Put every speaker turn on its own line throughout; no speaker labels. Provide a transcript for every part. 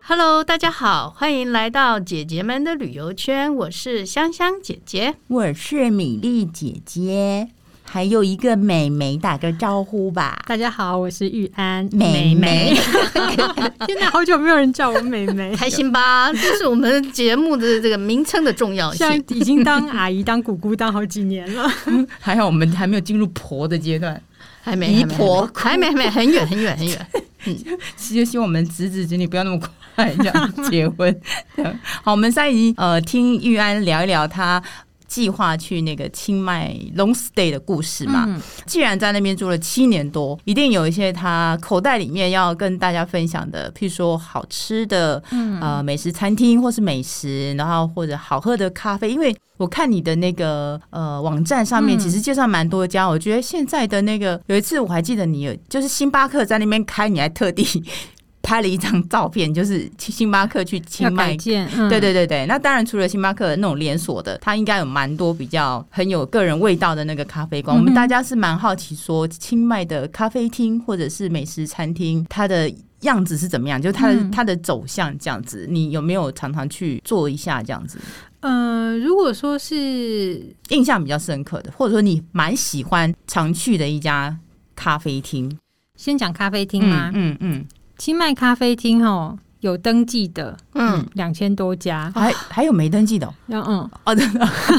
Hello，大家好，欢迎来到姐姐们的旅游圈，我是香香姐姐。，
我是米粒姐姐，还有一个美眉，打个招呼吧。
大家好，我是玉安。
美 眉，
天哪，好久没有人叫我美 眉
开心吧？这是我们节目的这个名称的重要
像
性。
已经当阿姨、当姑姑当好几年了。
还好我们还没有进入婆的阶段，
还没，还没
姨婆哭
还没，还没，很远，很远，很远。
希希望我们侄子侄女不要那么快这样结婚。这样好，我们上一集呃听玉安聊一聊她计划去那个清迈 long stay 的故事嘛。既然在那边住了七年多，一定有一些她口袋里面要跟大家分享的，譬如说好吃的、呃美食餐厅或是美食，然后或者好喝的咖啡，因为。我看你的那个呃网站上面，其实介绍蛮多家。我觉得现在的那个有一次我还记得你有，就是星巴克在那边开，你还特地 拍了一张照片，就是去星巴克去 清迈。
建，嗯
对，对对对，那当然除了星巴克那种连锁的，它应该有蛮多比较很有个人味道的那个咖啡
嗯
馆。我们大家是蛮好奇说，清迈的咖啡厅或者是美食餐厅，它的样子是怎么样？就是它的、
嗯
它的走向这样子，你有没有常常去做一下这样子？
嗯、如果说是
印象比较深刻的，或者说你蛮喜欢常去的一家咖啡厅？
先讲咖啡厅嘛，
嗯嗯，
清迈咖啡厅哦，有登记的
嗯，
两千多家
嗯。还还有没登记的哦，
然后嗯
哦真的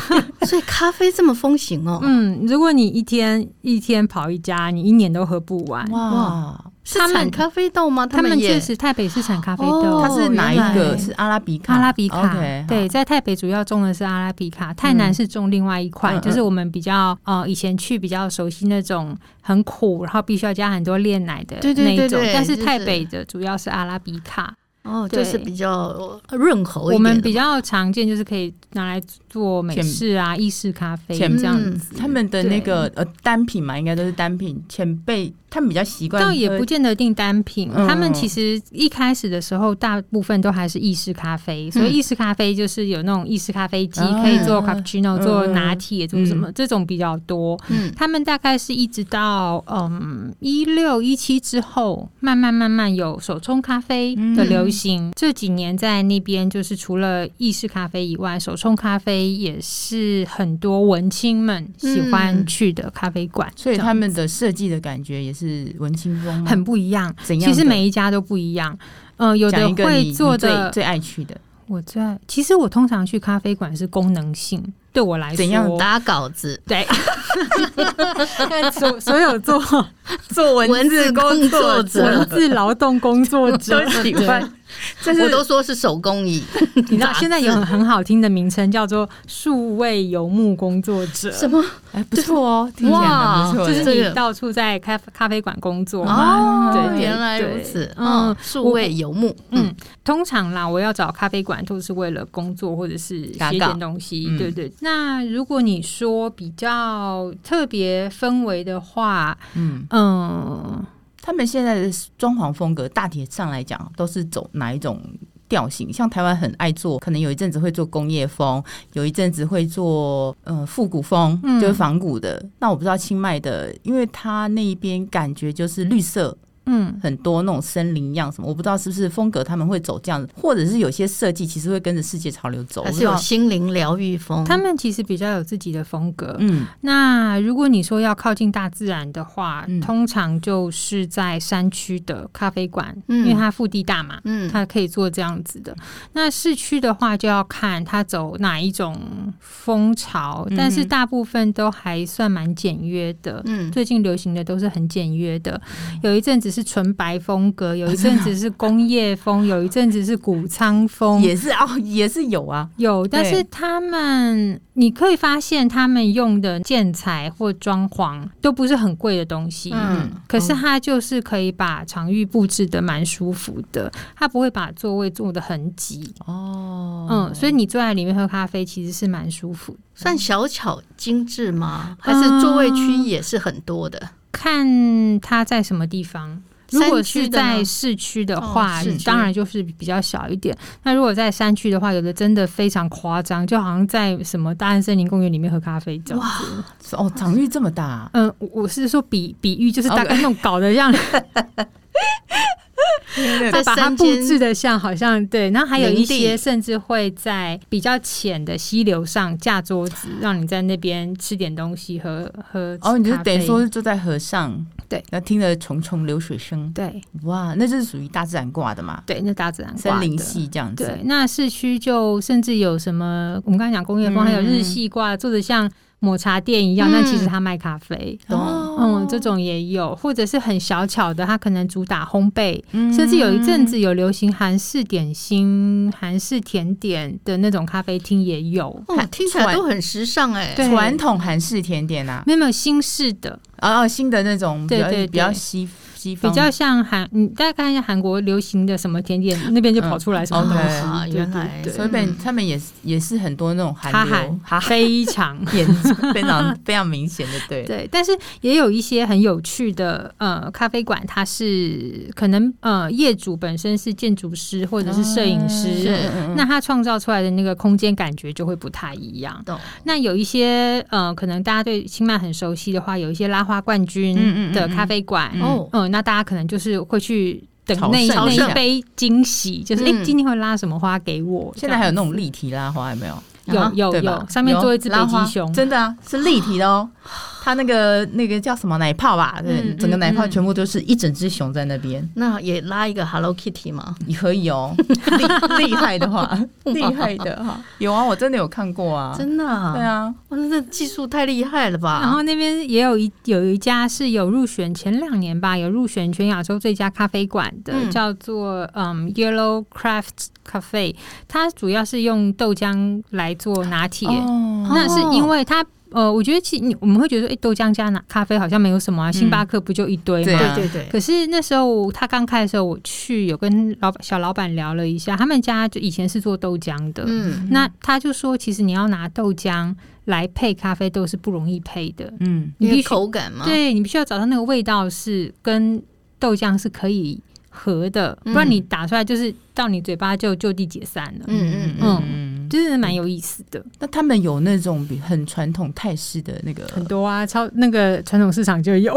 所以咖啡这么风行哦，
嗯，如果你一天一天跑一家，你一年都喝不完。
哇！
是
他们
产咖啡豆吗？
他们
也
确实台北是产咖啡
哦
豆，
它是哪一
原
个？
来
是阿拉比卡？
阿拉比卡
哦 OK，好
对，，在台北主要种的是阿拉比卡，泰南是种另外一款，
嗯
就是我们比较呃以前去比较熟悉那种很苦，然后必须要加很多炼奶的那
对
一种，
对对对
但是
就是
台北的主要是阿拉比卡，
哦，就
对
是比较润喉一点的。
我们比较常见就是可以拿来做美式啊、意式咖啡
浅
这样
嗯
子。
他们的那个呃单品嘛，应该都是单品。前辈他们比较习惯，
倒也不见得定单品，
嗯
他们其实一开始的时候，大部分都还是意式咖啡，所以意式咖啡就是有那种意式咖啡机，
嗯啊
可以做 cappuccino、
嗯
做拿铁、做什么、这种比较多。
嗯
他们大概是一直到嗯一六一七之后，慢慢慢慢有手冲咖啡的流行。这几年在那边，就是除了意式咖啡以外，手冲咖啡也是很多文青们喜欢去的咖啡馆，
所以
这样
他们的设计的感觉也是文青风吗，
很不一样。
怎样的？
其实每一家都不一样，呃，有
讲
的
一个你
会
你
做
最
的。
最爱去的，
我在，其实我通常去咖啡馆是功能性，对我来说，
怎样
嗯打稿子，
对， 所所有做
做
文字工作者
文，字劳动工作者
啊都喜欢，这
我
是
都说是手工艺，
你知道现在有很很好听的名称叫做数位游牧工作者，
什么
哎不错哦，听起来蛮不错
哇
的，
就是
这个
你到处在咖咖啡馆工作嘛。
哦
对对
原来
对
如此，
嗯
嗯，数位游牧，嗯
嗯，通常啦，我要找咖啡馆都是为了工作或者是
打
写
稿
点东西，
嗯
对对。那如果你说比较特别氛围的话，
嗯，
嗯，
他们现在的装潢风格大体上来讲都是走哪一种调性？像台湾很爱做，可能有一阵子会做工业风，有一阵子会做呃复古风，
嗯
就是仿古的。那我不知道清迈的，因为它那一边感觉就是绿色。
嗯，
很多那种森林一样什么，我不知道是不是风格他们会走这样，或者是有些设计其实会跟着世界潮流走。
还
我不
是
知
有
道
心灵疗愈风，
他们其实比较有自己的风格。
嗯
那如果你说要靠近大自然的话，
嗯
通常就是在山区的咖啡馆，
嗯
因为它腹地大嘛，
嗯
它可以做这样子的。那市区的话，就要看它走哪一种风潮，
嗯哼
但是大部分都还算蛮简约的。
嗯，
最近流行的都是很简约的，有一阵子是纯白风格，有一阵子是工业风，有一阵子是谷仓风，
也是哦，也是有啊，
有，但
对
是他们你可以发现，他们用的建材或装潢都不是很贵的东西。
嗯
可是它就是可以把场域布置的蛮舒服的，它不会把座位做的很挤，
哦，
嗯，所以你坐在里面喝咖啡其实是蛮舒服的。
算小巧精致吗？
嗯
还是座位区也是很多的？
看它在什么地方，如果是在市区的话，
山区的呢哦市区
当然就是比较小一点。那如果在山区的话，有的真的非常夸张，就好像在什么大安森林公园里面喝咖啡这样子。
哦，场域这么大啊、哦
嗯，我我是说比比喻，就是大概那种搞得让人 再把它
山
布
间
置的像好像对，然后还有一
林地
些甚至会在比较浅的溪流上架桌子，让你在那边吃点东西喝喝咖啡。
哦，你就等于说是坐在河上，
对，
然后听着重重流水声，
对
哇，那就是属于大自然挂的嘛，
对，那大自然挂
森林
的
系这样子。
对，那市区就甚至有什么，我们刚才讲工业风，
嗯
还有日系挂，做的像抹茶店一样，
嗯
但其实他卖咖啡。
哦
嗯，这种也有，或者是很小巧的，它可能主打烘焙，
嗯
甚至有一阵子有流行韩式点心、韩式甜点的那种咖啡厅也有。
哦，听起来都很时尚哎、
对
传统韩式甜点啊，
没有没有新式的，
哦，新的那种比
对
较
对
比较
对
西西
比
方，
较像韩，你大概看一下韩国流行的什么甜点，那边就跑出来
嗯哦
什么东西。
啊，
对
原
对
来嗯
对
所以被他们也是也是很多那种韩
嗯哈
流
韩
哈韩
非常
演 非常非常明显的，对，
对，但是也有一些很有趣的呃咖啡馆，它是可能呃业主本身是建筑师或者是嗯摄影
哦
师。
是
嗯
那他创造出来的那个空间感觉就会不太一样。
懂
那有一些呃，可能大家对清迈很熟悉的话，有一些拉花
嗯
冠
嗯嗯
军的
嗯
咖啡馆，
嗯
哦，
嗯，那大家可能就是会去等
朝
那一
圣
那
朝圣
一杯惊喜，就是哎、诶
嗯
今天会拉什么花给我？
现在还有
这
那种立体拉花有没有？
样
啊
有
对
有
吧
有，上面
有
做一只北
拉花
极熊，
真的啊，是立体的哦。 它那个那个叫什么奶泡吧？对，
嗯嗯
整个奶泡
嗯
全部都是一整只熊在那边，
那也拉一个 Hello Kitty 吗？
你可以 哦，厉厉害的话，厉害的哈， 有啊，我真的有看过啊，
真的、啊
对，啊，
哇，那这技术太厉害了吧？
然后那边也有一有一家是有入选前两年吧，有入选全亚洲最佳咖啡馆的，
嗯
叫做嗯 Yellow Craft Cafe，它主要是用豆浆来做拿铁，
哦
那是因为它。呃，我觉得其你我们会觉得，哎、豆浆加拿咖啡好像没有什么啊，星巴克不就一堆
嗯对
吗？
啊
对对对，
可是那时候他刚开的时候，我去有跟老板小老板聊了一下，他们家就以前是做豆浆的，
嗯，
那他就说，其实你要拿豆浆来配咖啡豆是不容易配的，
嗯，
你
因
必
为
须
口感嘛，，
对你必须要找到那个味道是跟豆浆是可以合的，
嗯
不然你打出来就是到你嘴巴就就地解散了，
嗯嗯嗯，
嗯
嗯，
就是蛮有意思的。
那他们有那种比很传统泰式的那个，
很多啊，超那个传统市场就有，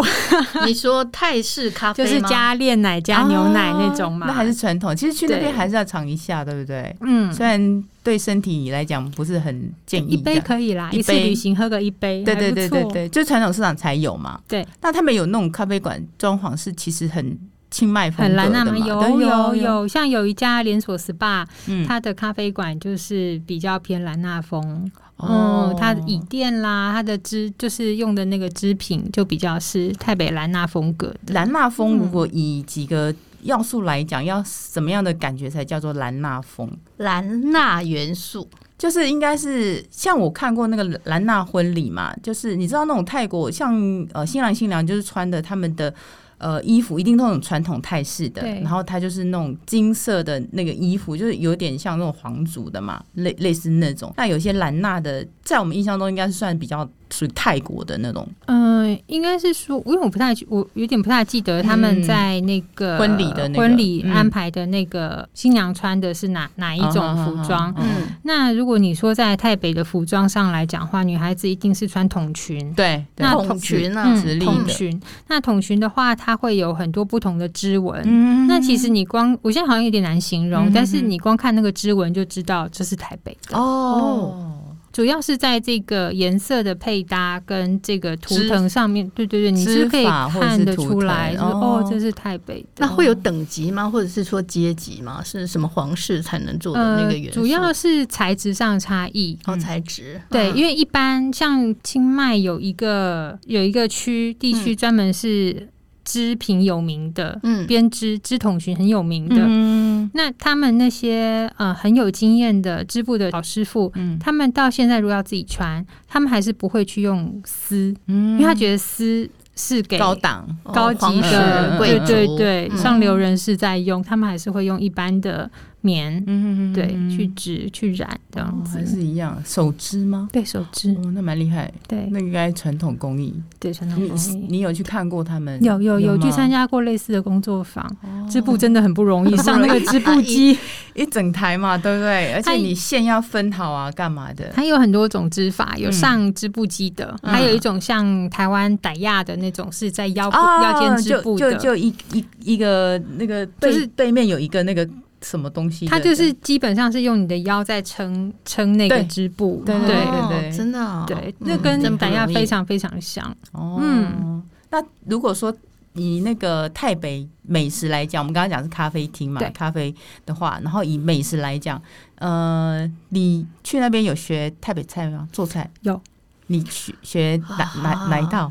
你说泰式咖啡
嗯就
吗
是加炼奶、加牛奶那种
啊
嘛，
哦那还是传统。其实去那边
对
还是要尝一下，对不对？
嗯，
虽然对身体来讲不是很建议
一
的，
杯可以啦，
嗯一
一次
杯
旅行喝个一杯，
对对
还不
对
错
对对，就传统市场才有嘛。
对，
那他们有那种咖啡馆装潢是其实很清迈风格
很
的
蓝
嘛？
啊嘛，
对
有有，有，像有一家连锁 SPA，
嗯，
它的咖啡馆就是比较偏兰纳风，
哦
嗯，它的椅垫啦，它的织就是用的那个织品就比较是台北兰纳风格的。
兰纳风，如果以几个要素来讲，要什么样的感觉才叫做兰纳风？
蓝钠元素，
就是应该是像我看过那个兰纳婚礼嘛，就是你知道那种泰国像呃新郎新娘就是穿的他们的呃衣服一定都那种传统泰式的，
对
然后它就是那种金色的那个衣服，就是有点像那种皇族的嘛，类类似那种。那有些兰纳的，在我们印象中应该是算比较属于泰国的那种
嗯、应该是说，因为我不太，我有点不太记得他
嗯
们在那个
婚礼的那个
婚礼
嗯
安排的那个新娘穿的是哪、哪一种服装。
嗯嗯嗯
嗯，
那如果你说在台北的服装上来讲的话，女孩子一定是穿筒裙。
对，对
那嗯
筒裙啊，
嗯直立
筒
的
裙，那筒裙的话，它会有很多不同的织纹。
嗯
那其实你光，我现在好像有点难形
嗯
容，
哼
但是你光看那个织纹就知道这是台北的。
哦，
主要是在这个颜色的配搭跟这个图
织
腾上面，对对对，你
织
是可以
法或者
看
是
得
图
出来，
腾
就是哦
哦，
这是台北的。
那会有等级吗？或者是说阶级吗？是什么皇室才能做的那个元素？
呃主要是材质上的差异。
哦材质，
对，
嗯
因为一般像清迈有一个有一个区地
嗯
区专门是织品有名的，
嗯
编织织筒裙很有名的。
嗯
那他们那些呃很有经验的织布的老师傅，
嗯
他们到现在如果要自己穿，他们还是不会去用丝，
嗯
因为他觉得丝是给
高档
哦
高级
皇室
的、
嗯
贵
对
族，
对对、
嗯
上流人士在用，他们还是会用一般的棉，
嗯哦
对，去织去染这样子。
还是一样手织吗？
对手织，
哦，那蛮厉害，
对
那应该传统工艺。
对传统
你
工艺。
你有去看过他们？
嗯有有有
吗
去参加过类似的工作坊，织布真的很不容易，上那个织布
啊
机，
一整台嘛，对不对？而且
它
你线要分好啊，干嘛的？
它有很多种织法，有上织布机的，
嗯
还有一种像台湾傣亚的那种是在腰部、腰间织布
就
的
哦啊就，就一一一个那个背，
就是
背面有一个那个什么东西的，
它就是基本上是用你的腰在撑撑那个
对
织布，
对
对
哦
对对
真的哦
对，
嗯
那跟
真不
傣亚
容易
非常非常像。
哦，
嗯
那如果说以那个台北美食来讲，我们刚刚讲是咖啡厅嘛
对，
咖啡的话，然后以美食来讲，呃，你去那边有学台北菜吗？做菜
有，
你学学哪哪
啊
哪一道？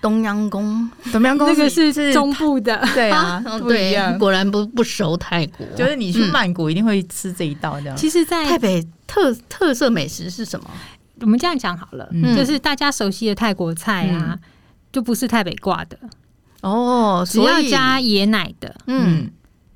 东阳宫
怎么样？
那个是
是
中部的，
对啊，
哦
不一
对
样，。
果然不不熟泰国。
就是你去
嗯
曼谷一定会吃这一道，这样。
其实在，
台北特特色美食是什么？
我们这样讲好了，
嗯
就是大家熟悉的泰国菜啊，就不是台北挂的，
哦，
只要加椰奶的
嗯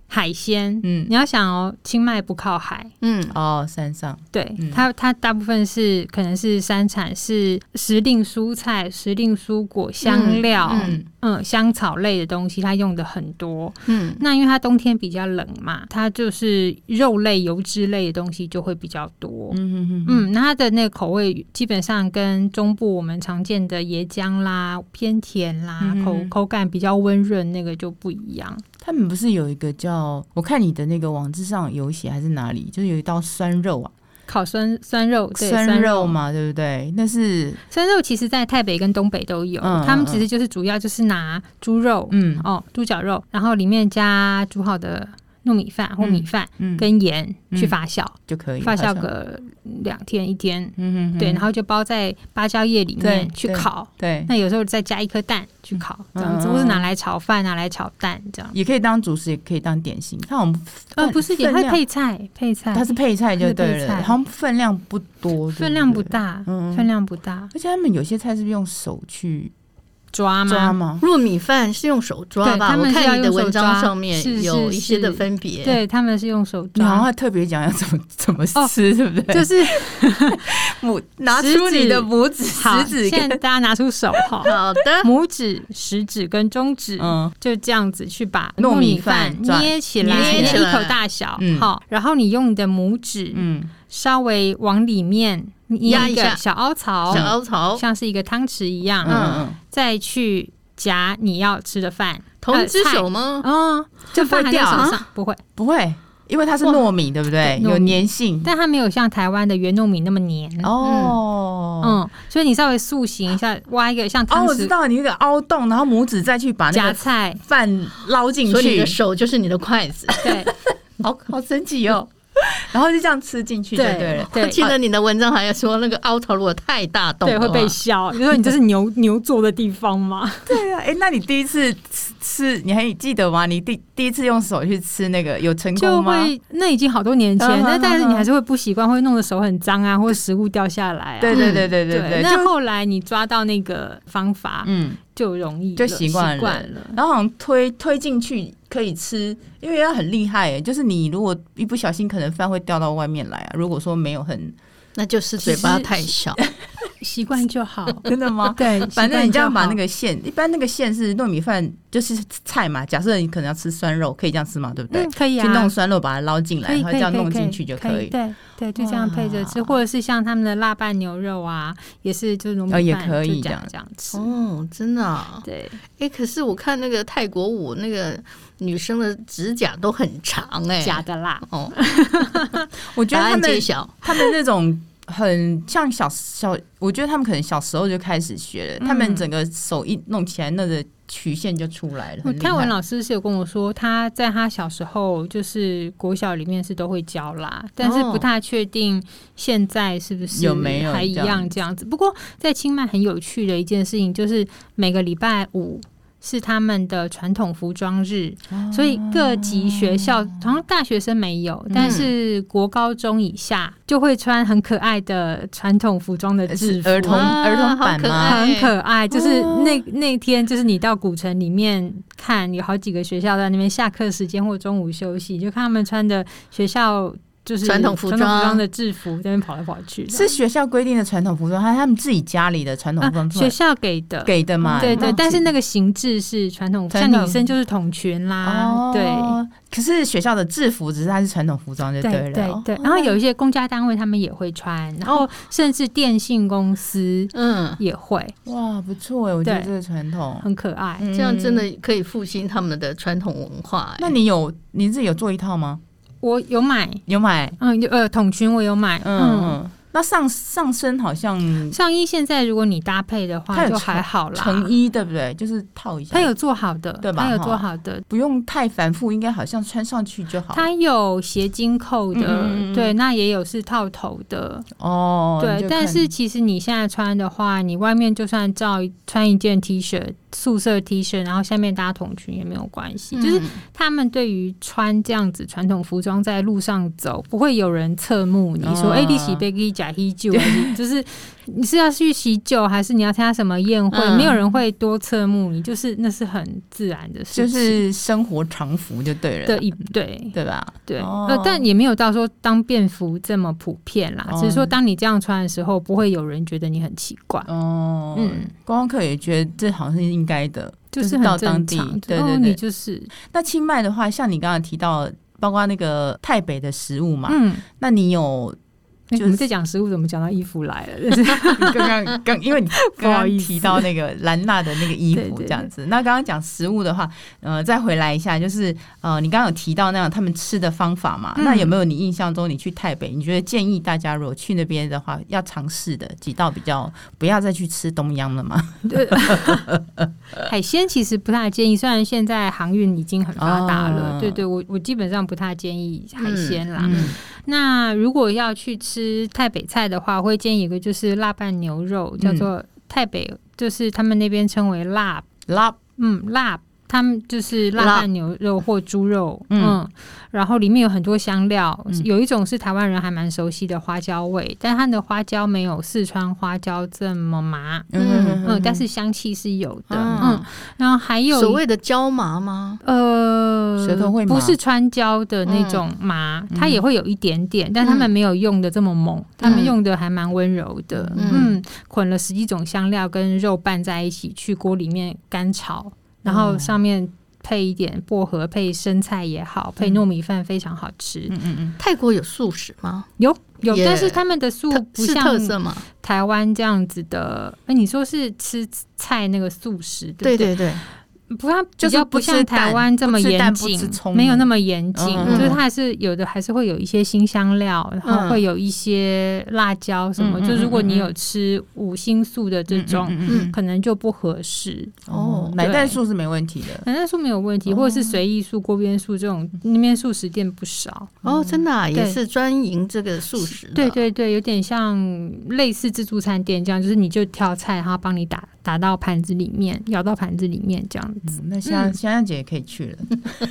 海鲜。
嗯
你要想哦，清迈不靠海，
嗯
哦，山上
对、
嗯
它，它大部分是可能是山产，是时令蔬菜、时令蔬果、香料，嗯
嗯
香草类的东西，它用的很多。
嗯
那因为它冬天比较冷嘛，它就是肉类、油脂类的东西就会比较多。
嗯
嗯，那它的那个口味基本上跟中部我们常见的椰浆啦、偏甜啦，
嗯
口口感比较温润，那个就不一样。
他们不是有一个叫我看你的那个网志上有写还是哪里，就是有一道酸肉啊，
烤酸酸肉，对
酸肉
肉？
嘛，对不对？那是
酸肉其实在台北跟东北都有，
嗯
他们
嗯
其实就是主要就是拿猪肉，
嗯
哦，猪脚肉，然后里面加煮好的糯米饭或米饭、
嗯
跟盐去
嗯
发酵，
就可以
发酵个两天一天，
嗯哼
对，然后就包在芭蕉叶里面
对
去
对
烤。
对，
那有时候再加一颗蛋去烤，这样子，
嗯嗯
或是拿来炒饭，拿来炒蛋这样。
也可以当主食，也可以当点心。它好像
呃，
分
不是，也
分
会
量
配菜，配菜，
它是配菜就
嗯它是
对
配菜
了，好像分量不多，对
分量不
对。
大，
嗯嗯
分量不大，
而且他们有些菜是不是用手去
抓
抓
吗？
吗？
糯米饭是用手抓
对
吧？
他
我
们是要
看你的
用手
文章
抓
上面
是
有
是
一些的
是
分别。，
对，他们是用手
你好像
抓，
还特别讲要怎么 怎么
哦
吃，对不对？
就是
拇拿
食
出你
指
的拇指、
好，
食指
现在
跟
大家拿出手哈，
好的，
拇指、食指跟中指，
嗯
就这样子去把
糯米
米
饭
饭
转
捏起来，
捏起
一
来
口大小
嗯，
好，然后你用你的拇指
嗯
稍微往里面
压
捏
一
一
下
个小凹槽
小，凹槽，
像是一个汤匙
嗯
一样，
嗯，
再去夹你要吃的饭，
同一只
呃菜
手吗？
哦，
就
饭
不
还
会掉
在手
啊
上，不会，
不会，因为它是
哇
糯米，对不对？
对糯
有
米
粘性
但它没有像台湾的圆糯米那么黏。
哦。
嗯，所以你稍微塑形一
啊
下，挖一个像
哦，
汤
我知
匙
道你那个凹洞，然后拇指再去把那
夹
个
菜，
饭捞进
哎所以你
去
的，手就是你的筷子。
对
好好神奇哦。 然后就这样吃进去就对了。
我
对
记得你的文章还说那个凹槽如果太大洞
对，
的
会
话，
被笑，就说你这是牛 牛做的地方吗？
对啊，哎，那你第一次吃吃，你还记得吗？你第第一次用手去吃那个有成
就
功吗？
会那已经好多年前
嗯，
那
嗯
但是
嗯
你还是会不习惯，会弄得手很脏啊，或者食物掉下来啊。
对对对对对对，
那
就
后来你抓到那个方法，
嗯，
就容易了
就习惯了
习惯了。
然后好像推推进去可以吃，因为要很厉害哎，就是你如果一不小心，可能饭会掉到外面来啊。如果说没有 很
那就是嘴巴太小。
习惯就好。
真的吗？
对，
反正你这样把那
习惯就好
个馅，一般那个馅是糯米饭，就是菜嘛。假设你可能要吃酸肉，可以这样吃嘛，对不对？
嗯可以啊，
去弄酸肉，把它捞进来，
可以
然后
可
这
以
样
可以
弄
可
进去就
可
以。
对对，就这样配着吃，
哇
或者是像他们的辣拌牛肉啊，也是就是糯米
哦也
饭
可以
就这
这
样
样
这样吃。
哦，真的、啊？
对，
哎、可是我看那个泰国舞，那个女生的指甲都很长哎、
假的啦，
哦，
我 觉
答
得他
案揭
们
晓。
他们那种很像小小，我觉得他们可能小时候就开始学了，
嗯
他们整个手一弄起来，那个曲线就出来了。
我
很厉害
哦泰文老师是有跟我说，他在他小时候就是国小里面是都会教啦，但是不太确定现在是不是
有没有
还一
这样
样这样子。不过在清迈很有趣的一件事情就是每个礼拜五。是他们的传统服装日，
哦
所以各级学校好像大学生没
嗯
有，但是国高中以下就会穿很可爱的传统服装的制服，
呃儿童
哇
儿童版
好可
吗
爱？
很啊可爱，就是
哦
那那天，就是你到古城里面看，有好几个学校在那边下课时间或中午休息，就看他们穿的学校就是
传统服装
的制服，在那边跑来跑去的。
是学校规定的传统服装，还是他们自己家里的传统
啊
服装，出来
学校给的，
给的嘛？
对对，
嗯
但是那个形制是传统，
传
像
统
女生就是筒裙啦，对。
哦，可是学校的制服只是它是传统服装就
对
了。
对对，然后有一些公家单位他们也会穿，然后甚至电信公司
嗯，
也会，
哇，不错哎，我觉得
对嗯
这个传统嗯
很可爱。
这样真的可以复兴他们的传统文化、哎
那你有你自己有做一套吗？
我有买，
有买？
嗯，有呃，筒裙我有买，嗯
嗯，嗯那上上身好像
上衣现在如果你搭配的
它
话，
有
就还好啦。
成衣对不对？就是套一下，
它有做好的，
对吧
它有
哈
做好的，
不用太繁复，应该好像穿上去就好。
它有斜襟扣的，
嗯嗯嗯嗯
对，那也有是套头的，
哦，你
对
就。
但
看
是其实你现在穿的话，你外面就算照穿一件 T 恤，素色 T 恤，然后下面搭筒裙也没有关
嗯
系。
嗯
就是他们对于穿这样子传统服装在路上走，不会有人侧目你说：“
啊
哎、你洗杯给假喜酒，还是就是 你是要去喜酒，还是你要参加什么宴会？”
嗯
没有人会多侧目你，就是那是很自然的事情。
就是生活常服就对了，
的一对
对吧？
对，
哦
呃，但也没有到说当便服这么普遍啦，
哦
只是说当你这样穿的时候，不会有人觉得你很奇怪，
哦，
嗯，
观光客也觉得这好像是应该的。
是
到当
很正
地
常。
对
哦
对
你
对。
就是
那清迈的话，像你刚刚提到，包括那个泰北的食物嘛，
嗯，
那你有
哎
就是
我们在讲食物，怎么讲到衣服来了？真是
刚刚刚因为你刚
不好
刚
意思
提到那个兰纳的那个衣
对
服
对
这样子，那刚刚讲食物的话，呃，再回来一下，就是呃，你刚刚有提到那样他们吃的方法嘛，
嗯
那有没有你印象中你去泰北，你觉得建议大家如果去那边的话，要尝试的几道比较不要再去吃东央了嘛？
海鲜其实不太建议，虽然现在航运已经很发达了，
哦
对对，我我基本上不太建议海鲜啦。
嗯，
那如果要去吃泰北菜的话，我会建议一个就是辣拌牛肉，叫做
嗯
泰北，就是他们那边称为辣
辣
嗯，辣，他们就是辣
辣
拌牛肉或猪肉，
嗯
嗯然后里面有很多香料，
嗯
有一种是台湾人还蛮熟悉的花椒味，但它的花椒没有四川花椒这么麻，
嗯
嗯，但是香气是有的，
啊
嗯，然后还有
所
一
谓的椒麻吗？
呃，
舌头会麻
不是川椒的那种麻，它也会有一点点，但他们没有用的这么猛，他们用的还蛮温柔的。
嗯
嗯，混了十几种香料跟肉拌在一起，去锅里面干炒，然后上面配一点薄荷，配生菜也好，配糯米饭非常好吃。
嗯嗯嗯，
泰国有素食吗？
有有，
也
但是他们的素
特
不
是
像
特色吗？
台湾这样子的。哎，你说是吃菜那个素食，对
对
不
对对，
不，它
就是
比较
不
不
吃
像台
蛋
湾这么
不吃蛋
严
不吃
谨
葱，
没有那么严谨，
嗯
就是它还是有的，还是会有一些新香料，然后
嗯
会有一些辣椒什么。
嗯嗯
就如果你
嗯嗯
有吃五星素的这种，
嗯嗯嗯嗯
可能就不合适。
哦
哦，
奶蛋
对
素是没问题的。
反正素没有问题，
哦
或者是随意素、锅边素这种，那边素食店不少。
哦，真的、啊、也
嗯对
是专营这个素食的，
嗯
对对对，有点像类似自助餐店这样，就是你就挑菜，然后帮你打打到盘子里面，舀到盘子里面 这样子。哦
嗯那香香香姐也可以去了，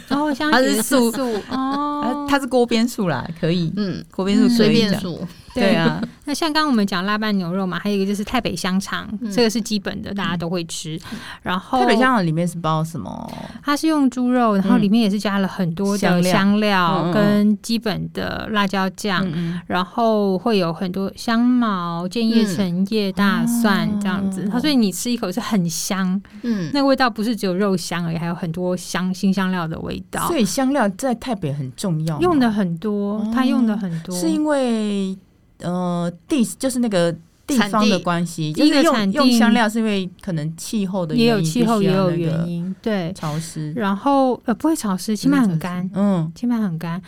然后像
它
是
是
素
素
她
哦，
啊她是锅边素啦，可以
嗯，
锅边素可以
随便
讲，
素，
对啊，
那像刚刚我们讲辣拌牛肉嘛，还有一个就是太北香肠，这个是基本的，大家都会吃。然后
嗯泰北香肠里面是包什么？
它是用猪肉，然后里面也是加了很多
香
的
料
香料
嗯嗯嗯
跟基本的辣椒酱。
嗯
然后会有很多香茅、建叶、
嗯
橙叶、大蒜
哦
这样子，它所以你吃一口是很香，
嗯，
那个味道不是只有肉香而已，还有很多香新香料的味道
所，以香料在台北很重要吗，
用的很多
哦，
它用的很多，
是因为呃地就是那个地
产
方的
地
关系，就
一个
是用
产地
用香料是因为可能气候的
也有
原因
气候
必须
也
要
有
那个
原因，对。
潮湿，
然后呃不会潮湿，起码很干，
嗯，
清迈很干。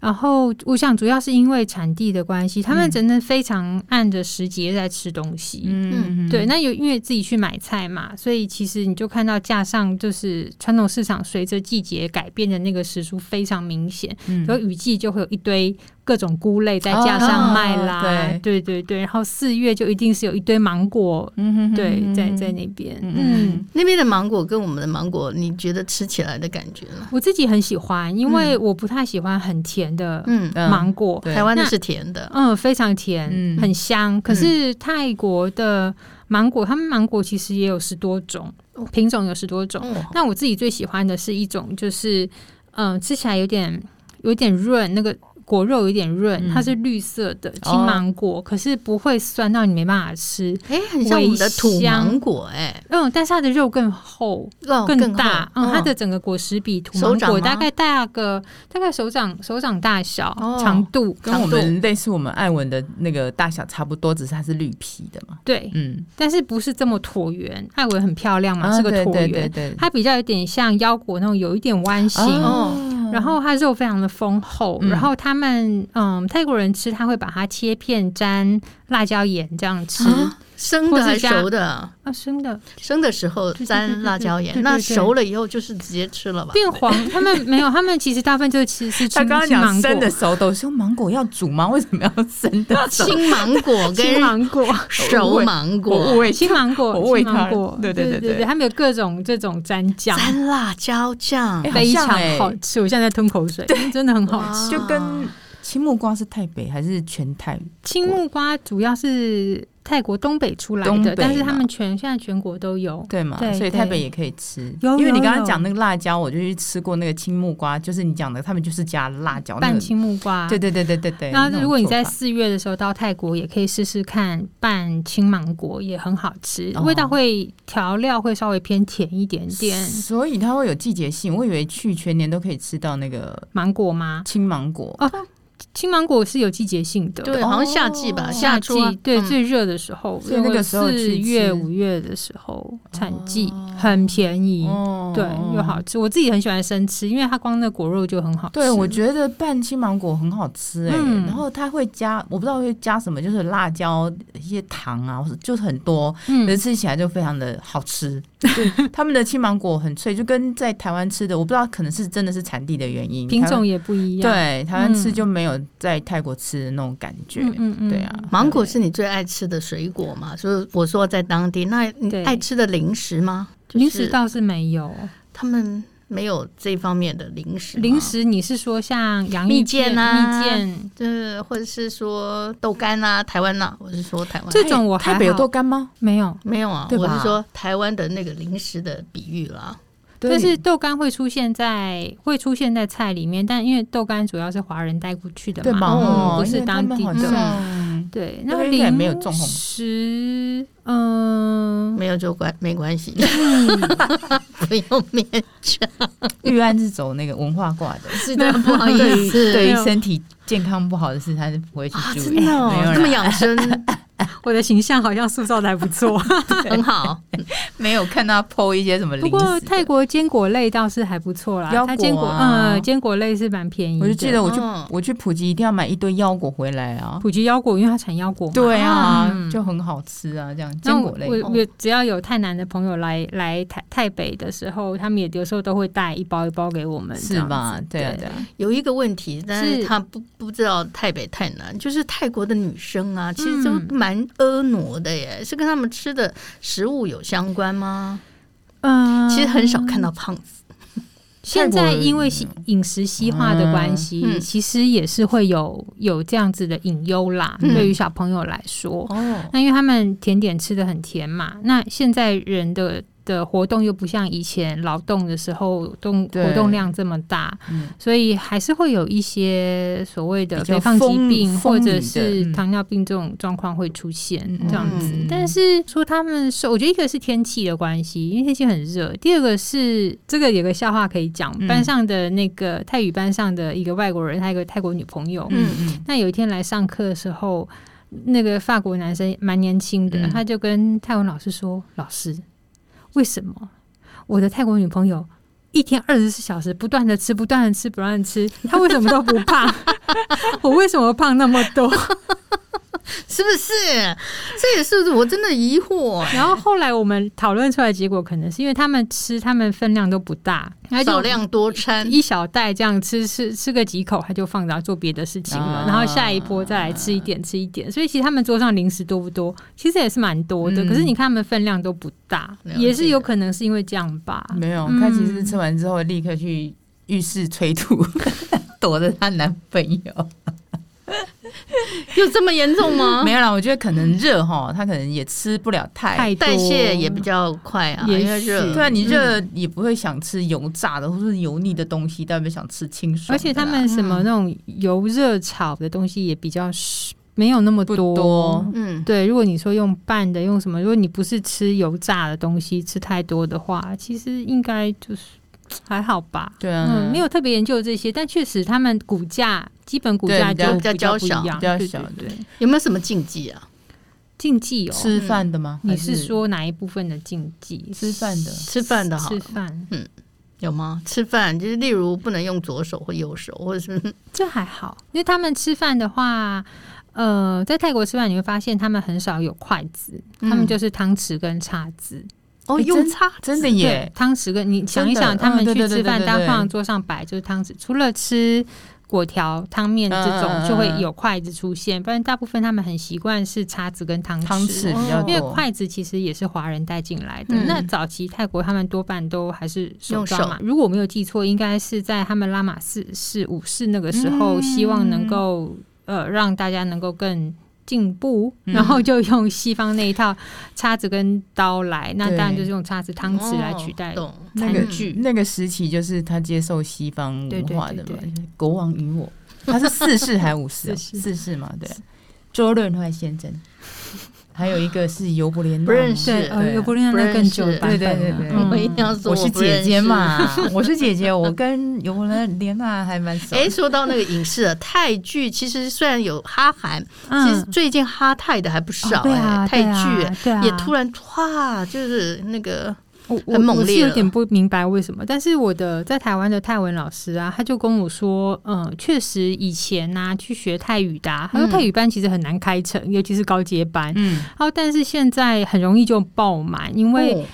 然后我想主要是因为产地的关系，他们真的非常按着时节在吃东西。
嗯
对，，那有因为自己去买菜嘛，所以其实你就看到架上就是传统市场随着季节改变的那个时数非常明显，
嗯
比如雨季就会有一堆各种菇类在架上卖啦，
哦
对对对，然后四月就一定是有一堆芒果，
嗯哼
对，在在那边，
嗯
嗯，
那边的芒果跟我们的芒果，你觉得吃起来的感觉呢？
我自己很喜欢，因为我不太喜欢很甜的
嗯，
嗯
芒果，
对
台湾的
那
是甜的，
嗯，非常甜，
嗯
很香。可是泰国的芒果，他们芒果其实也有十多种品种，有十多种。
哦
那我自己最喜欢的是一种，就是嗯、呃吃起来有点有点润，那个果肉有点润，
嗯
它是绿色
哦
的青芒果，可是不会酸到你没办法吃。
哎，很像我们的土
微香
芒果，哎，
嗯，但是它的肉更厚、
哦
更大
厚，
嗯，它
哦
的整个果实比土
手
芒
掌
果
吗
大概大个大概手掌手掌大小、
哦
长度，
跟我们类似，我们艾文的那个大小差不多，只是它是绿皮的嘛。
对，
嗯，
但是不是这么椭圆。艾文很漂亮嘛，
啊
是个椭圆，啊
对对对对，啊
它比较有点像腰果那种，有一点弯形。
哦
然后它肉非常的丰厚，
嗯
然后他们嗯泰国人吃，他会把它切片沾辣椒盐这样吃啊
啊生的还
或
是
是加
熟的？
生的
生的时候
对对对
沾
对
辣椒
对
盐，
对
那
对
熟了以后就是直接吃了吧？
变黄。他们没有，他们其实大部分就是吃 是吃
他刚刚
吃
讲
芒
生
果
的、熟的，我说芒果要煮吗？为什么要生 的熟？
青芒果
青
跟
芒果、
熟芒
我误
果
会，
青芒果、
我喂
青
它
芒果，
对对
对
对对
对，他们有各种这种蘸酱，
沾辣椒酱
哎，好
非
像
常
哎
好吃。我现在在吞口水，真的很好吃。
哇
就跟
啊
青木瓜是太北还是全泰？
青木瓜主要是泰国东北出来
东北嘛哦
的，但是他们全现在全国都有。
对嘛？
对
所以台北也可以吃。
有
因为你
有
刚刚
有
讲那个辣椒，我就去吃过那个青木瓜，就是你讲的，他们就是加辣椒那
拌
个。
青木瓜，
对对对对对对。
那
种
如果你
做
在
法
四月的时候到泰国，也可以试试看拌青芒果，也很好吃，
哦
味道会调料会稍微偏甜一点点。
所以它会有季节性。我以为去全年都可以吃到那个
芒果吗？
青芒果。
青芒果是有季节性的，
对，好像夏季吧，
夏
初
季
啊
对、
嗯
最热的时候，
所以那个时候去
四
吃
月五月的时候产季、很便宜，
哦
对又好吃。我自己很喜欢生吃，因为它光那果肉就很好吃。
对，我觉得拌青芒果很好吃哎、
嗯
然后它会加，我不知道会加什么，就是辣椒、一些糖啊，或者就是很多，可是
嗯，
吃起来就非常的好 吃。对，他们的青芒果很脆，就跟在台湾吃的，我不知道可能是真的是产地的原因，
品
台湾
种也不一样。
对，台湾吃
嗯
就没有在泰国吃的那种感觉。
嗯嗯嗯，
对啊，
芒果是你最爱吃的水果嘛？所以我说在当地，那你
对
爱吃的零食吗？就是
零食倒是没有。
啊
他们没有这方面的零食吗，
零食你是说像洋芋
蜜饯啊
蜜饯
就是或者是说豆干啊，台湾呐、我是说台湾
这种我还
哎台北有
好
豆干吗？
没有？
没有啊，
对
我
吧
是说台湾的那个零食的比喻啦。
但是豆干会出现在会出现在菜里面，但因为豆干主要是华人带过去的
对
嘛，
嘛？
哦
哦，
不是当地
因为他
的。
们好像
对，
那
那
个应该也没有
零
种红
食，嗯，
没有就关没关系， 不用勉强。
玉安是走那个文化 挂的，
是的，不好意思，
对
没
于
有
身体健康不好的事，他是不会去
啊，
注
真
意。
的、哦
没有，啦
这么养生
我的形象好像塑造的还不 错。
很好。
没有看他剖一些什么零
不
食的。
过泰国坚果类倒是还不错啦，
腰
它坚
果
果
啊
呃坚果类是蛮便宜的。
我就记得我去
嗯
我去普吉一定要买一堆腰果回来啊，
普及腰果，因为它产腰果嘛。
对啊
嗯，
就很好吃啊，这样
那
坚
我
果类。
我我只要有泰南的朋友来来台台北的时候，他们也有时候都会带一包一包给我们，这
是
样子
吧？对啊，对
对
啊，
有一个问题，但是
是
他不不知道泰北太南，就是泰国的女生啊，其实都
嗯
蛮婀娜的耶，是跟他们吃的食物有相关吗？
嗯
其实很少看。到胖子，
泰
现
国
在
人
因为西
嗯
饮食西化的关系，
嗯嗯
其实也是会有有这样子的隐忧啦。
嗯
对于小朋友来说，
哦，
那因为他们甜点吃的很甜嘛，那现在人的。的活动又不像以前劳动的时候动
对
活动量这么大，
嗯
所以还是会有一些所谓的
比较
肥胖疾
丰
病
丰
或
腴
者
的
是
嗯
糖尿病这种状况会出现
嗯
这样子。
嗯
但是说他们是，我觉得一个是天气的关系，因为天气很热；第二个是这个有个笑话可以讲，
嗯
班上的那个泰语班上的一个外国人，他有个泰国女朋友，
嗯嗯，
那有一天来上课的时候，那个法国男生蛮年轻的，
嗯
他就跟泰文老师说：“老师，为什么我的泰国女朋友一天二十四小时不断的吃，不断的吃， 不断的吃，她为什么都不胖？我为什么胖那么多？”
是不是？这也是我真的疑惑。
然后后来我们讨论出来的结果，可能是因为他们吃，他们分量都不大，他
少
就
量多餐，
一小袋这样吃，吃吃个几口，他就放着做别的事情了。
啊
然后下一波再来吃一点，吃一点。所以其实他们桌上零食多不多？其实也是蛮多的。
嗯
可是你看他们分量都不大，
了解
也是有可能是因为这样吧。
没有，
嗯
他其实是吃完之后立刻去浴室催吐， 躲着她男朋友。
有这么严重吗？
没有啦，我觉得可能热哈，她可能也吃不了太。
太多
代谢也比较快啊，
也
因为热。
许
对啊，你热也不会想吃油炸的或是油腻的东西，但会想吃清爽的啦。
而且他们什么那种油热炒的东西也比较少没有那么
不多
嗯，
对，如果你说用拌的，用什么？如果你不是吃油炸的东西，吃太多的话，其实应该就是还好吧。
对啊，
嗯，没
有
有特别研究这些，但确实他们骨架基本骨
对
架
比
就
较
比较娇
不一
小
样，
比较
对
小
对对，
有没有什么禁忌啊？
禁忌哦。
吃饭的吗？
你
还
是说哪一部分的禁忌？
吃饭的？
吃饭的好
吃饭
有吗？吃饭就是例如不能用左手或右手，或者是
这还好，因为他们吃饭的话，呃，在泰国吃饭你会发现他们很少有筷子，他们
嗯
就是汤匙跟叉子。
哦
哎
用叉
真的
对
耶，，
汤匙跟你想一
真的
想，他
嗯
们
对
去
对
吃
对
饭，
对
大家
对
放在桌上摆就是汤匙，除了吃果条、汤面这
嗯嗯
种，
嗯
就会有筷子出现，不然大部分他们很习惯是叉子跟汤
汤匙
匙。
比较
哦
因为
多。
筷子其实也是华人带进来的。
嗯
那早期泰国他们多半都还是手
用
抓嘛。如果我没有记错，应该是在他们拉玛四世五世那个时候，
嗯
希望能够呃让大家能够更进步，
嗯
然后就用西方那一套叉子跟刀来。那
对
当然就是用叉子、汤匙来取代
哦懂
那个
餐具。
那个时期就是他接受西方文化的
对
嘛
对对，
国王赢我，他是四世还五世、啊？
四世
四世嘛，对。周润发先生，还有一个是尤伯莲娜，
不认识
对，呃，
对
尤伯利亚那更久的版
对
本
对对
了
对，
嗯
我一定要说
我是
不认
姐
识
姐。 嘛，我是姐姐，我跟尤伯莲娜还蛮熟。
哎，说到那个影视啊，泰剧其实虽然有哈韩，其实
嗯，
最近哈泰的还不
哦
少
对啊
哎，泰
对啊
剧哎
对啊，
也突然哇，就是那个
我我
很猛
我是
烈
有
了
点不明白为什么，但是我的在台湾的泰文老师啊，他就跟我说，嗯，确实以前呐、去学泰语的、啊，他说
嗯
泰语班其实很难开成，尤其是高阶班。
嗯，
哦，但是现在很容易就爆满，因为
哦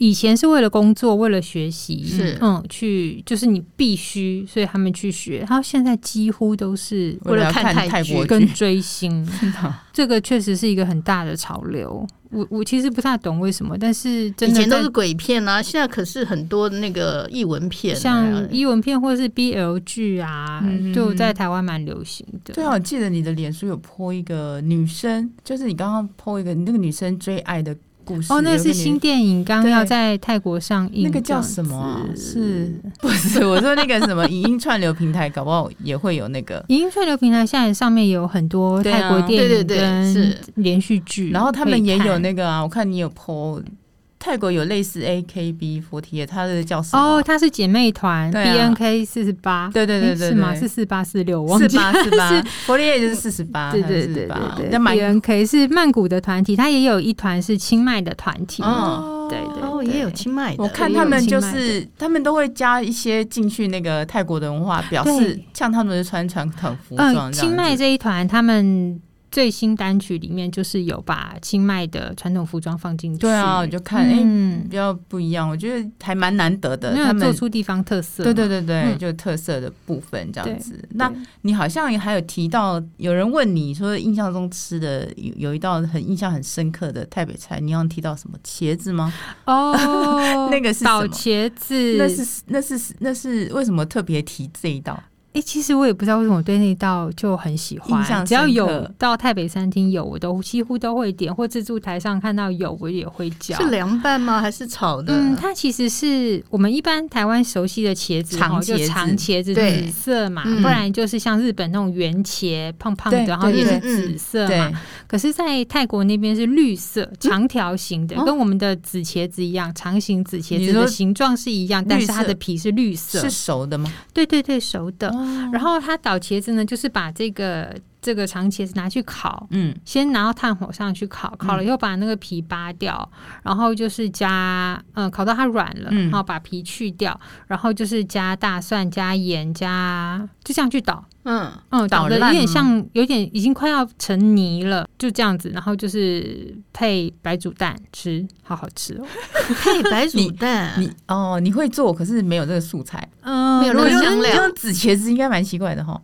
以前是为了工作，为了学习，
是
嗯，去就是你必须，所以他们去学。然后现在几乎都是
为了
要
看
看
泰
泰
剧
国
跟
剧，
追星，
真的
这个确实是一个很大的潮流。我我其实不太懂为什么，但是真
以
的
前都
在
是鬼片啊，现在可是很多那个译文片啊，
像英文片或是 BL 剧啊，
嗯
就在台湾蛮流行的。
对啊，我记得你的脸书有 po 一个女生，就是你刚刚 po 一个你那个女生追爱的故事。
哦，那
有一个
是
女
新电影，刚
对
要在泰国上映，
那个叫
这样
什么啊、
子
是不是？我说那个什么 影音串流平台，搞不好也会有那个。
影音串流平台现在上面有很多
对啊
泰国电
对对
影
对
跟
是
连续剧，
然后他们也有
可以
那个啊，我看你有 po 泰国有类似 AKB48，它的叫什
看
么
哦，？它是姐妹团
对啊
BNK 四十八，
对对对
诶
对
是吗？
对，
是四八四六，我忘
四
记了
八四 八，48就是四十八，
对对对对对啊
那蛮
，BNK 是曼谷的团体，它也有一团是清迈的团体，
哦
对对
哦也有清迈的，
嗯我看
也
他
有
们就
也有
是，他们都会加一些进去那个泰国的文化，表示
对
像他们是穿传统服装这样
嗯，
子。
清迈这一团他们最新单曲里面就是有把清迈的传统服装放进去。
对啊，我就看哎、
嗯
比，较不一样，我觉得还蛮难得的。
没
他
有做
们
出地方特色。
对对对对，
嗯
就特色的部分这样子。那
对，
你好像还有提到，有人问你说印象中吃的有有一道很印象很深刻的台北菜，你好像提到什么茄子吗？，
哦
那个是什
倒
么
茄子，
那是那是那是为什么特别提这一道？
哎、其实我也不知道为什么我对那道就很喜
印象
欢，
深
只要有
刻
到台北餐厅有，我都几乎都会点，或自助台上看到有，我也会叫。
是凉拌吗？还是炒的？
嗯，它其实是我们一般台湾熟悉的茄子，
长
哦就
茄子
长茄子
对
紫色嘛，
嗯
不然就是像日本那种圆茄，胖胖的，
对
然后也
对
是
嗯
紫色
对嗯
嘛。，可是，在泰国那边是绿色长条形的，
哦
跟我们的紫茄子一样，长形紫茄
你
子
说
的形状是一样，但
绿
是它
色
的皮是绿色
是，熟的吗？
对对对，熟的。
哦
然后它倒茄子呢，就是把这个这个长茄子拿去烤，
嗯，
先拿到炭火上去烤，烤了以后把那个皮扒掉，然后就是加嗯烤到它软了，
嗯
然后把皮去掉，然后就是加大蒜、加盐、加就这样去捣。
嗯，
嗯，
捣
捣的
烂
有点
吗
像，有点已经快要成泥了，就这样子，然后就是配白煮蛋吃，好好吃哦。
配白
你
煮蛋，
你哦，你会做，可是没有这个素材。
嗯
没有那个香料
用紫茄子应该蛮奇怪的哈，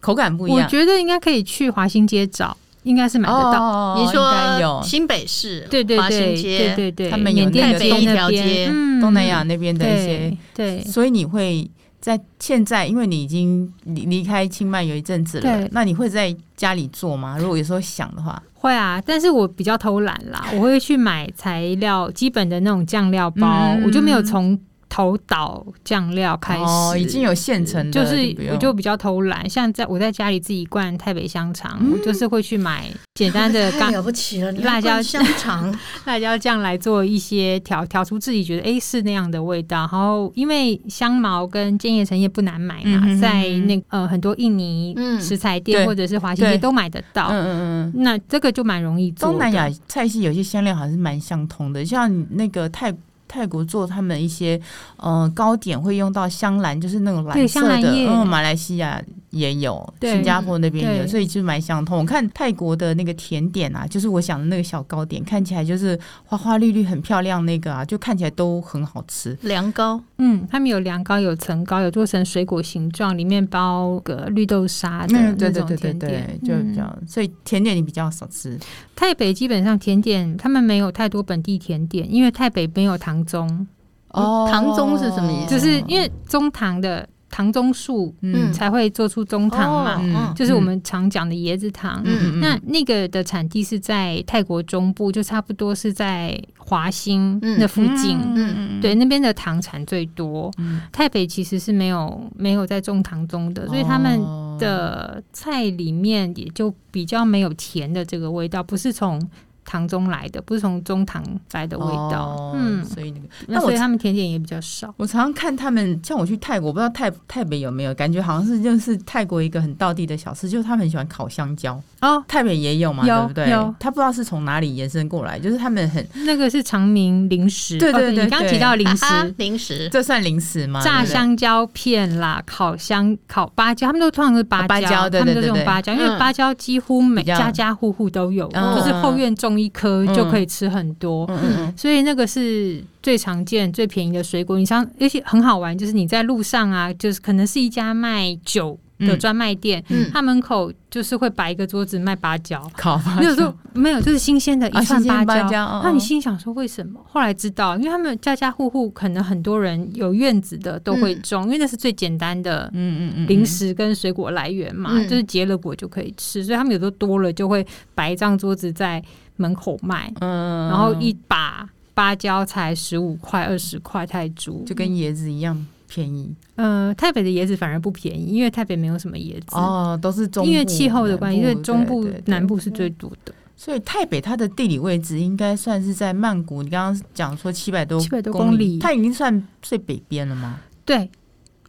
口感不一
我
样。
觉得应该可以去华新街找，应该是买得到。
哦，
你
应该
说
有
新北市
对对
华新
对对
街，
对对，
他们有
缅
那
甸
个
北
东
那
条
边
街
嗯
东南亚那边的一些，
对对
所以你会。在现在，因为你已经离离开清迈有一阵子了
对，
那你会在家里做吗？如果有时候想的话，
会啊，但是我比较偷懒 啦，我会去买材料基本的那种酱料包，
嗯
我就没有从头捣酱料开始，
哦，已经有现成的，
就是
不用
我就比较偷懒，像在我在家里自己灌台北香肠，
嗯
我就是会去买简单 的
太
干
了不起了，你
辣
要
椒
灌香肠，
辣椒酱来做一些调调出自己觉得诶是那样的味道。然后因为香茅跟建叶橙叶不难买
嗯
嘛，
哼哼
在那个呃很多印尼
嗯
食材
对
店或者是华新街
对
都买得到。
嗯嗯嗯。
那这个就蛮容易做的。
东南亚菜系有些香料还是蛮相通的，像那个泰泰国做他们一些呃糕点会用到香兰，就是那种蓝
对
色
香兰
的。
叶
嗯，马来西亚也有，
对
新加坡那边也有，
对
所以就蛮相通。我看泰国的那个甜点啊，就是我想的那个小糕点，看起来就是花花绿绿，很漂亮，那个啊，就看起来都很好吃。
凉糕，
嗯，他们有凉糕，有层糕，有做成水果形状，里面包个绿豆沙的
嗯，对对
啊那种
对对
甜
对
点，，
就
嗯
比较，所以甜点你比较少吃。
台北基本上甜点，他们没有太多本地甜点，因为台北没有糖棕，
哦糖棕是什么意思
就是因为中糖的糖棕树
嗯
才会做出中糖嘛，
哦
嗯
就是我们常讲的椰子糖。
嗯
那那个的产地是在泰国中部，就差不多是在华兴
嗯
那附近。
嗯
对，那边的糖产最多。
嗯
台北其实是没有没有在种糖棕的，所以他们
哦
的菜里面也就比较没有甜的这个味道，不是从糖中来的，不是从中糖来的味道。
哦
嗯，
所以那个，
那
那
所
我
以他们甜点也比较少。
我常常看他们，像我去泰国，我不知道泰泰北有没有，感觉好像是就是泰国一个很道地的小吃，就是他们很喜欢烤香蕉，
哦，
泰北也有嘛，
有
对不对
有？
他不知道是从哪里延伸过来，就是他们很
那个是长明零食，
对对
哦
对
你刚刚
对
提到零食。
啊零食，
这算零食吗？
炸
对不对
香蕉片啦，烤香烤芭蕉，他们都通常是芭
啊芭蕉对
他们都
对对
是用
对
芭蕉，因为
嗯
芭蕉几乎每
比较
家家户户都有，
嗯
就是后院种一棵就可以吃很多。
嗯嗯嗯，
所以那个是最常见、最便宜的水果。你像，而且很好玩，就是你在路上啊，就是可能是一家卖酒的
嗯
专卖店，
嗯
它门口就是会摆一个桌子卖芭蕉。
烤吧
没有说没有，就是新鲜的
啊
一串
新鲜芭
芭
蕉哦
那你心想说为什么？后来知道，因为他们家家户户可能很多人有院子的都会
嗯
种，因为那是最简单的
嗯嗯嗯，
零食跟水果来源嘛，
嗯
就是结了果就可以吃，所以他们有时候多了就会摆一张桌子在门口卖。
嗯，
然后一把芭蕉才十五块、二十块泰铢，
就跟椰子一样便宜
呃台北的椰子反而不便宜，因为台北没有什么椰子，
哦，都是中部
因为气候的关系，
南
所
部
以中部
对对对
南部是最多的，
所以泰北它的地理位置应该算是在曼谷，你刚刚讲说七百多
700多
公
公里
它已经算最北边了吗？
对。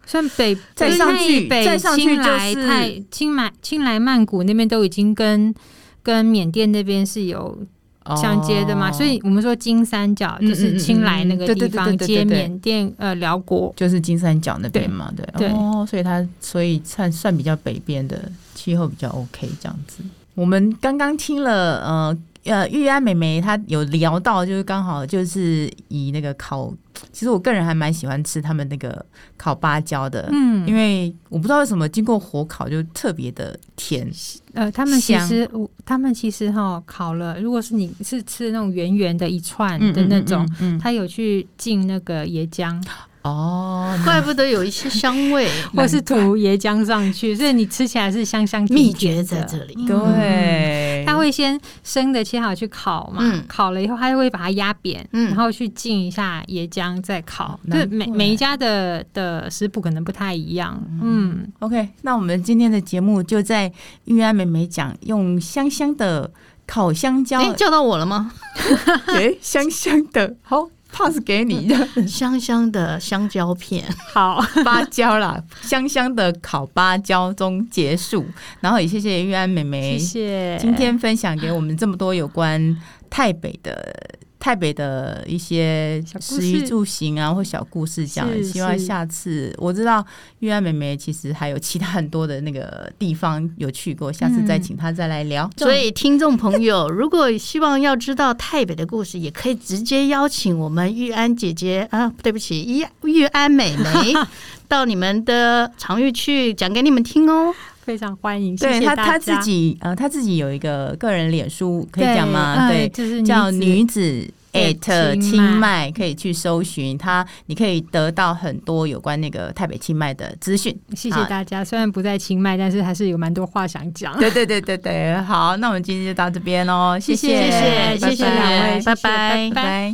算北
再
就是
上去
台北
再上去
清莱
就是
泰、清迈、清莱、曼谷那边都已经跟跟缅甸那边是有相接的嘛，
哦
所以我们说金三角
嗯
就
嗯嗯
是清莱那
嗯
个
对对
地
对
方
对对对
接缅甸呃辽国，
就是金三角那边嘛，对，
对
哦，所以它所以算算比较北边的气候比较 OK 这样子。我们刚刚听了呃呃玉安妹妹她有聊到，就是刚好就是以那个烤，其实我个人还蛮喜欢吃他们那个烤芭蕉的，
嗯，
因为我不知道为什么经过火烤就特别的甜，
呃，他们其
香
实我他们其实哈、烤了，如果是你是吃那种圆圆的一串
嗯
的那种，，
嗯嗯嗯嗯
他有去浸那个椰浆，
哦，
怪不得有一些香味，
或是涂椰浆上去，所以你吃起来是香香
秘
甜甜
诀
的
在这里。
对，
他会先生的切好去烤嘛，
嗯
烤了以后他就会把它压扁，
嗯
然后去浸一下椰浆再烤。
难
就是每
怪
每一家的的食谱可能不太一样，嗯
OK，那我们今天的节目就在玉安美美讲用香香的烤香蕉，
哎，叫到我了吗？
诶香香的，好， pass 给你的
香香的香蕉片，
好，
芭蕉啦，香香的烤芭蕉中结束。然后也谢谢玉安妹妹，
谢谢。
今天分享给我们这么多有关台北的台北的一些
小故
食
事
衣住行啊，或小故事这样。
是
希望
是
下次我知道玉安妹妹其实还有其他很多的那个地方有去过，下次再请她再来聊。
所以听众朋友，如果希望要知道台北的故事，也可以直接邀请我们玉安姐姐啊，对不起，玉玉安美眉到你们的场域去讲给你们听哦。
非常欢迎，
对
谢谢
她，
大
她自
家
己呃，她自己有一个个人脸书，可以
对
讲吗？
哎
对，
就是
叫
子
女子。
对
at
清
清
迈
迈可以去搜寻它，你可以得到很多有关那个台北清迈的资讯。
谢谢
好
大家，虽然不在清迈，但是还是有蛮多话想讲。
对对对对对，好，那我们今天就到这边喽，谢
谢谢
谢
谢谢
拜
谢谢
拜
两位拜
拜
拜
拜
拜。